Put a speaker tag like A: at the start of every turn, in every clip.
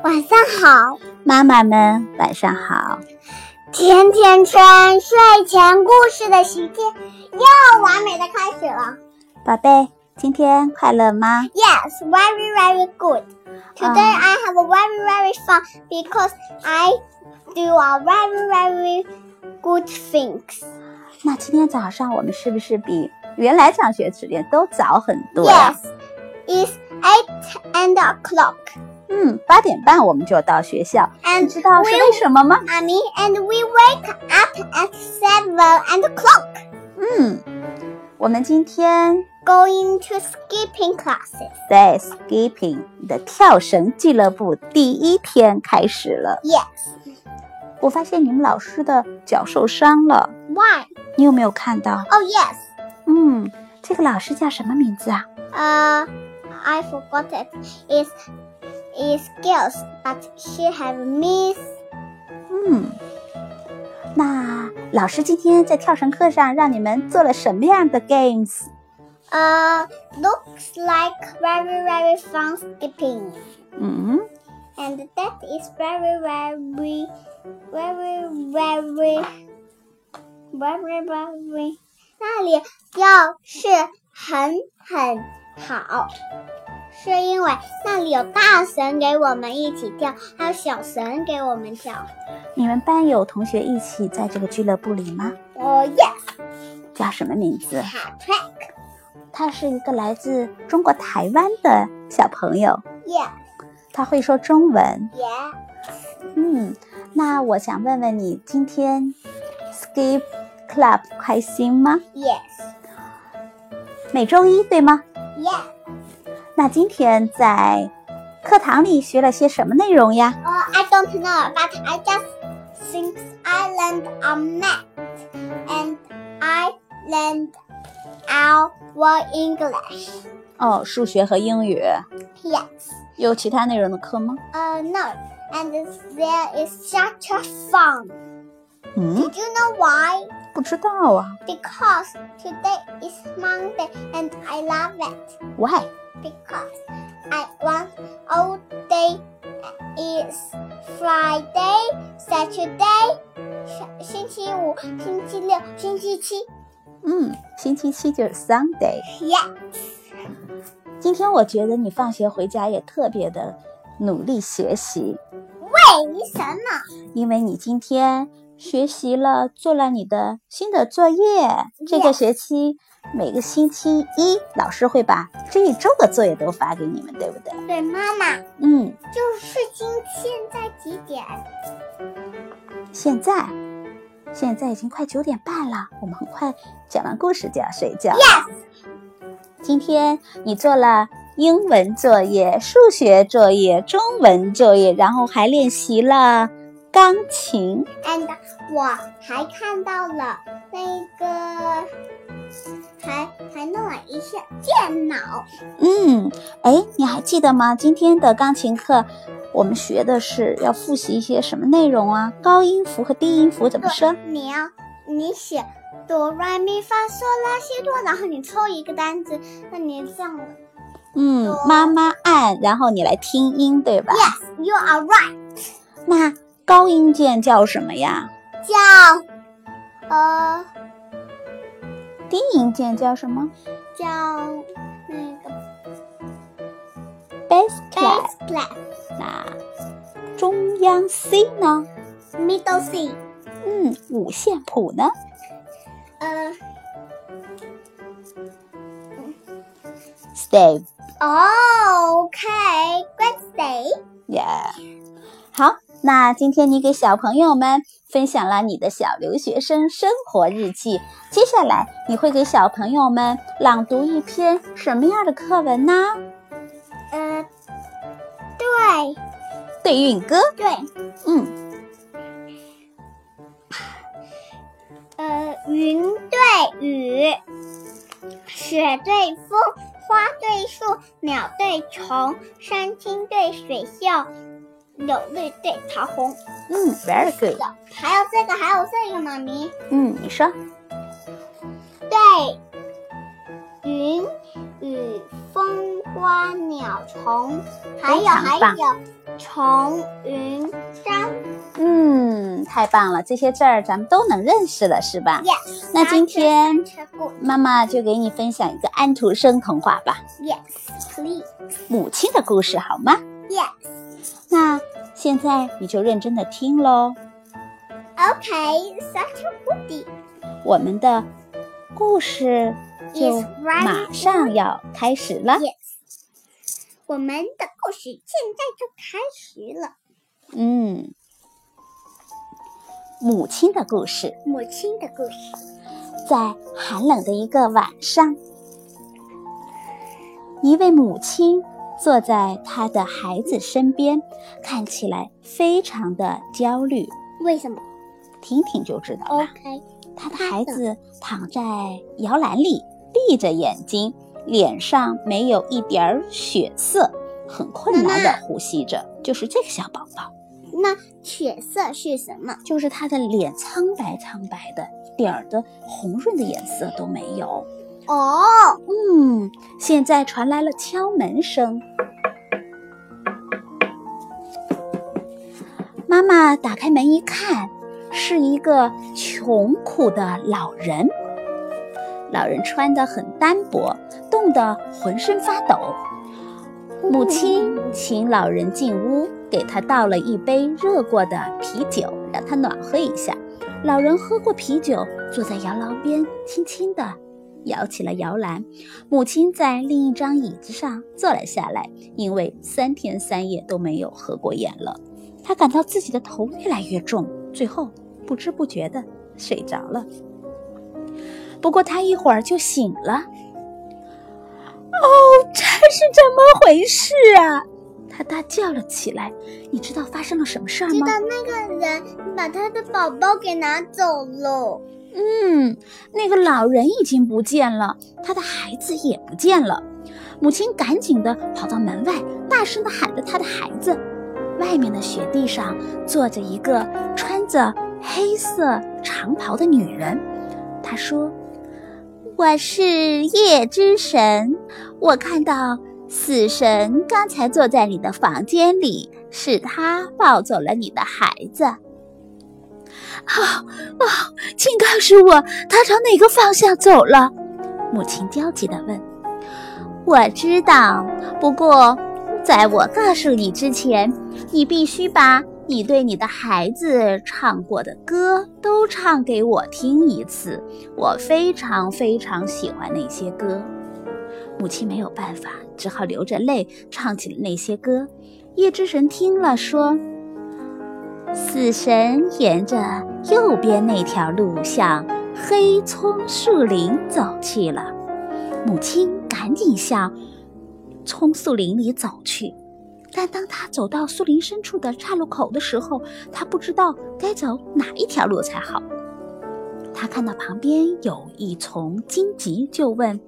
A: 好，
B: 妈妈们晚上好，
A: 甜甜圈睡前故事的时间又完美的开始了。
B: 宝贝，今天快乐吗？
A: Yes, very very good. Today
B: Um.
A: I have a very very fun because I do a very very good things.
B: 那今天早上我们是不是比原来上学时间都早很多呀
A: Yes, it's eight and o'clock.
B: 嗯，八点半我们就到学校，你
A: And
B: 知道是
A: we
B: 为什么吗？
A: I mean, and we wake up at seven and o'clock,
B: 嗯，我们今天
A: going to skipping classes.
B: 在 skipping 的跳绳俱乐部第一天开始了。
A: Yes.
B: 我发现你们老师的脚受伤了，
A: Why?
B: 你有没有看到？
A: Oh yes.
B: 嗯，这个老师叫什么名字啊？
A: Uh, I forgot it. It's it's girls, but she have miss.
B: 嗯，那老师今天在跳绳课上让你们做了什么样的 games？
A: Uh, looks like very very fun skipping,
B: 嗯，
A: and that is very very very very very very 那里要是很很好，是因为那里有大神给我们一起跳，还有小神给我们跳。
B: 你们班有同学一起在这个俱乐部里吗？
A: 哦、yes,
B: 叫什么名字？
A: 卡 track,
B: 他是一个来自中国台湾的小朋友，嗯
A: yes.
B: 他会说中文。
A: Yeah.
B: 嗯，那我想问问你，今天 skip club 开心吗？
A: Yes.
B: 每周一对吗？
A: Yeah.
B: 那今天在课堂里学了些什么内容呀？
A: Oh, I don't know, but I just think I learned a math and I learned our English.
B: 哦，数学和英语。
A: Yes.
B: 有其他内容的课吗？
A: Uh, no. And there is such a fun.
B: 嗯，
A: Did you know why?
B: 不知道啊。
A: Because today is Monday and I love it.
B: Why？
A: Because I want all day is Friday, Saturday, 星星期五、星期六、星期七。
B: 嗯，星期七就是 Sunday。
A: Yeah,
B: 今天我觉得你放学回家也特别的努力学习，
A: 为什么？
B: 因为你今天学习了，做了你的新的作业。这个学期每个星期一，老师会把这一周的作业都发给你们，对不对？
A: 对，妈妈，
B: 嗯，
A: 就是今现在几点？
B: 现在现在已经快九点半了，我们很快讲完故事就要睡觉。
A: Yes，
B: 今天你做了英文作业、数学作业、中文作业，然后还练习了钢琴。
A: and 我还看到了那个，还还弄了一些电脑。
B: 嗯，哎，你还记得吗？今天的钢琴课，我们学的是要复习一些什么内容啊？高音符和低音符怎么说？
A: 你要你写哆来咪发嗦拉西哆，然后你抽一个单词，那你这样。
B: 嗯
A: 多，
B: 妈妈按，然后你来听音，对吧
A: Yes, you are right.
B: 那高音键叫什么呀？
A: 叫呃
B: 低音键叫什么
A: 叫那个
B: ？bass clef。
A: bass clef,
B: 那中央 C 呢？
A: middle C.
B: 嗯，五线谱呢？
A: 呃
B: Stay。
A: 哦，OK, great day.
B: Yeah。好，那今天你给小朋友们分享了你的小留学生生活日记，接下来你会给小朋友们朗读一篇什么样的课文呢？
A: 呃，对
B: 对韵歌。
A: 对，
B: 嗯，
A: 呃，云对雨，雪对风，花对树，鸟对虫，山青对水袖，柳绿对桃红。
B: 嗯，very good。
A: 还有这个，还有这个，妈咪。
B: 嗯，你说。
A: 对，云雨风风瓜鸟虫，还有
B: 常
A: 还
B: 棒
A: 有虫云章。
B: 嗯，太棒了，这些字儿咱们都能认识了，是吧？
A: Yes，
B: 那今
A: 单
B: 天
A: 车故
B: 妈妈就给你分享一个安徒生童话吧，
A: Yes，please。
B: 《母亲的故事》，好吗？
A: Yes。
B: 那现在你就认真的听喽，
A: Okay, such a goodie
B: 我们的故事就
A: is
B: 马
A: right.
B: 上要开始了。
A: Yes，我们的故事现在就开始了。
B: 嗯，母亲的故事，
A: 母亲的故事，
B: 在寒冷的一个晚上，一位母亲坐在她的孩子身边，看起来非常的焦虑。
A: 为什么
B: 听听就知道了。
A: ？OK，
B: 他的孩子躺在摇篮里，闭着眼睛，脸上没有一点儿血色，很困难
A: 妈
B: 的呼吸着。就是这个小宝宝，
A: 那血色是什么？
B: 就是他的脸苍白苍白的，一点儿的红润的颜色都没有。
A: 哦，
B: 嗯，现在传来了敲门声。妈妈打开门一看，是一个穷苦的老人。老人穿得很单薄，冻得浑身发抖。母亲请老人进屋，给他倒了一杯热过的啤酒，让他暖和一下。老人喝过啤酒，坐在摇篮边，轻轻地摇起了摇篮。母亲在另一张椅子上坐了下来，因为三天三夜都没有合过眼了。她感到自己的头越来越重，最后不知不觉地睡着了。不过她一会儿就醒了。哦，这是怎么回事啊？她大叫了起来。你知道发生了什么事儿
A: 知
B: 吗？
A: 道那个人把他的宝宝给拿走了。
B: 嗯，那个老人已经不见了，他的孩子也不见了。母亲赶紧的跑到门外，大声的喊着他的孩子。外面的雪地上坐着一个穿着黑色长袍的女人，她说：“我是夜之神，我看到死神刚才坐在你的房间里，是他抱走了你的孩子。”哦哦，请告诉我，他朝哪个方向走了？母亲焦急地问。我知道，不过在我告诉你之前，你必须把你对你的孩子唱过的歌都唱给我听一次。我非常非常喜欢那些歌。母亲没有办法，只好流着泪唱起了那些歌。夜之神听了，说：“死神沿着右边那条路向黑葱树林走去了。母亲赶紧向葱树林里走去，但当她走到树林深处的岔路口的时候，她不知道该走哪一条路才好。她看到旁边有一丛荆棘，就问：“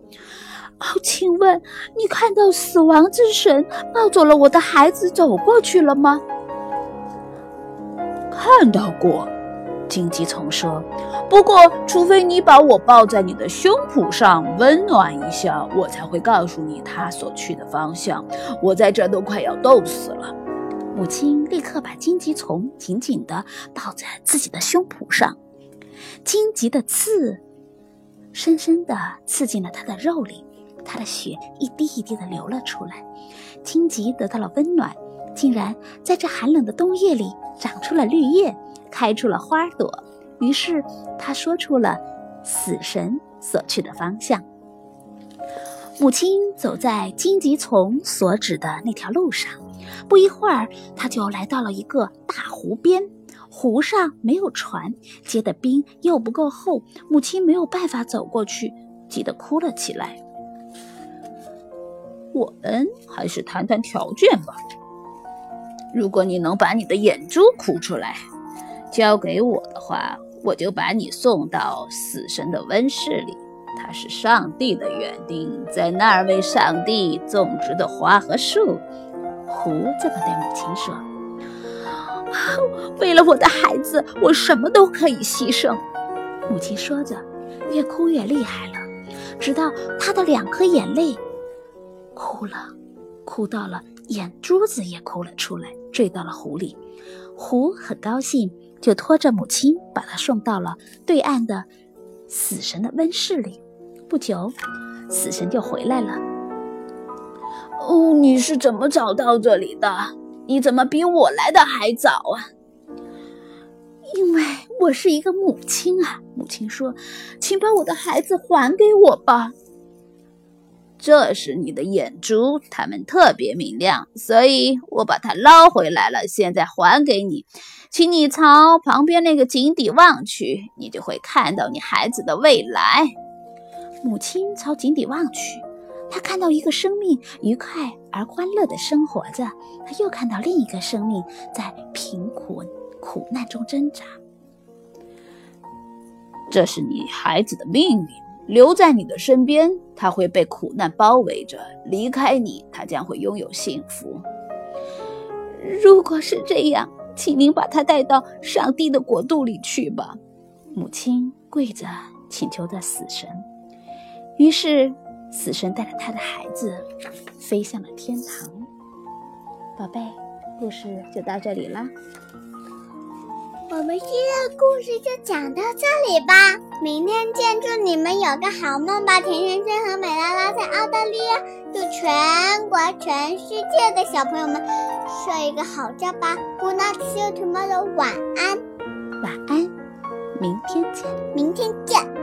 B: 哦，请问你看到死亡之神抱走了我的孩子走过去了吗？”看到过，荆棘丛说。不过，除非你把我抱在你的胸脯上温暖一下，我才会告诉你他所去的方向。我在这儿都快要冻死了。母亲立刻把荆棘丛紧紧地抱在自己的胸脯上，荆棘的刺深深地刺进了他的肉里，他的血一滴一滴地流了出来。荆棘得到了温暖，竟然在这寒冷的冬夜里长出了绿叶，开出了花朵。于是他说出了死神所去的方向。母亲走在荆棘丛所指的那条路上，不一会儿，他就来到了一个大湖边。湖上没有船，结的冰又不够厚，母亲没有办法走过去，急得哭了起来。我们还是谈谈条件吧。如果你能把你的眼珠哭出来，交给我的话，我就把你送到死神的温室里。它是上帝的园丁，在那儿为上帝种植的花和树。狐这么对母亲说：“啊，为了我的孩子，我什么都可以牺牲。”母亲说着，越哭越厉害了，直到她的两颗眼泪哭了，哭到了眼珠子也哭了出来，坠到了湖里。湖很高兴，就拖着母亲把它送到了对岸的死神的温室里。不久，死神就回来了。哦，你是怎么找到这里的？你怎么比我来的还早啊？因为我是一个母亲啊。母亲说：“请把我的孩子还给我吧。”这是你的眼珠，它们特别明亮，所以我把它捞回来了，现在还给你。请你朝旁边那个井底望去，你就会看到你孩子的未来。母亲朝井底望去，她看到一个生命愉快而欢乐的生活着，她又看到另一个生命在贫苦苦难中挣扎。这是你孩子的命运，留在你的身边，他会被苦难包围着；离开你，他将会拥有幸福。如果是这样，请您把他带到上帝的国度里去吧。母亲跪着请求着死神，于是死神带着他的孩子飞向了天堂。宝贝，故事就到这里啦。
A: 我们今天的故事就讲到这里吧，明天见！祝你们有个好梦吧。甜甜圈和美拉拉在澳大利亚，祝全国、全世界的小朋友们睡一个好觉吧。Good night, see you tomorrow。晚安，
B: 晚安，明天见。
A: 明天见。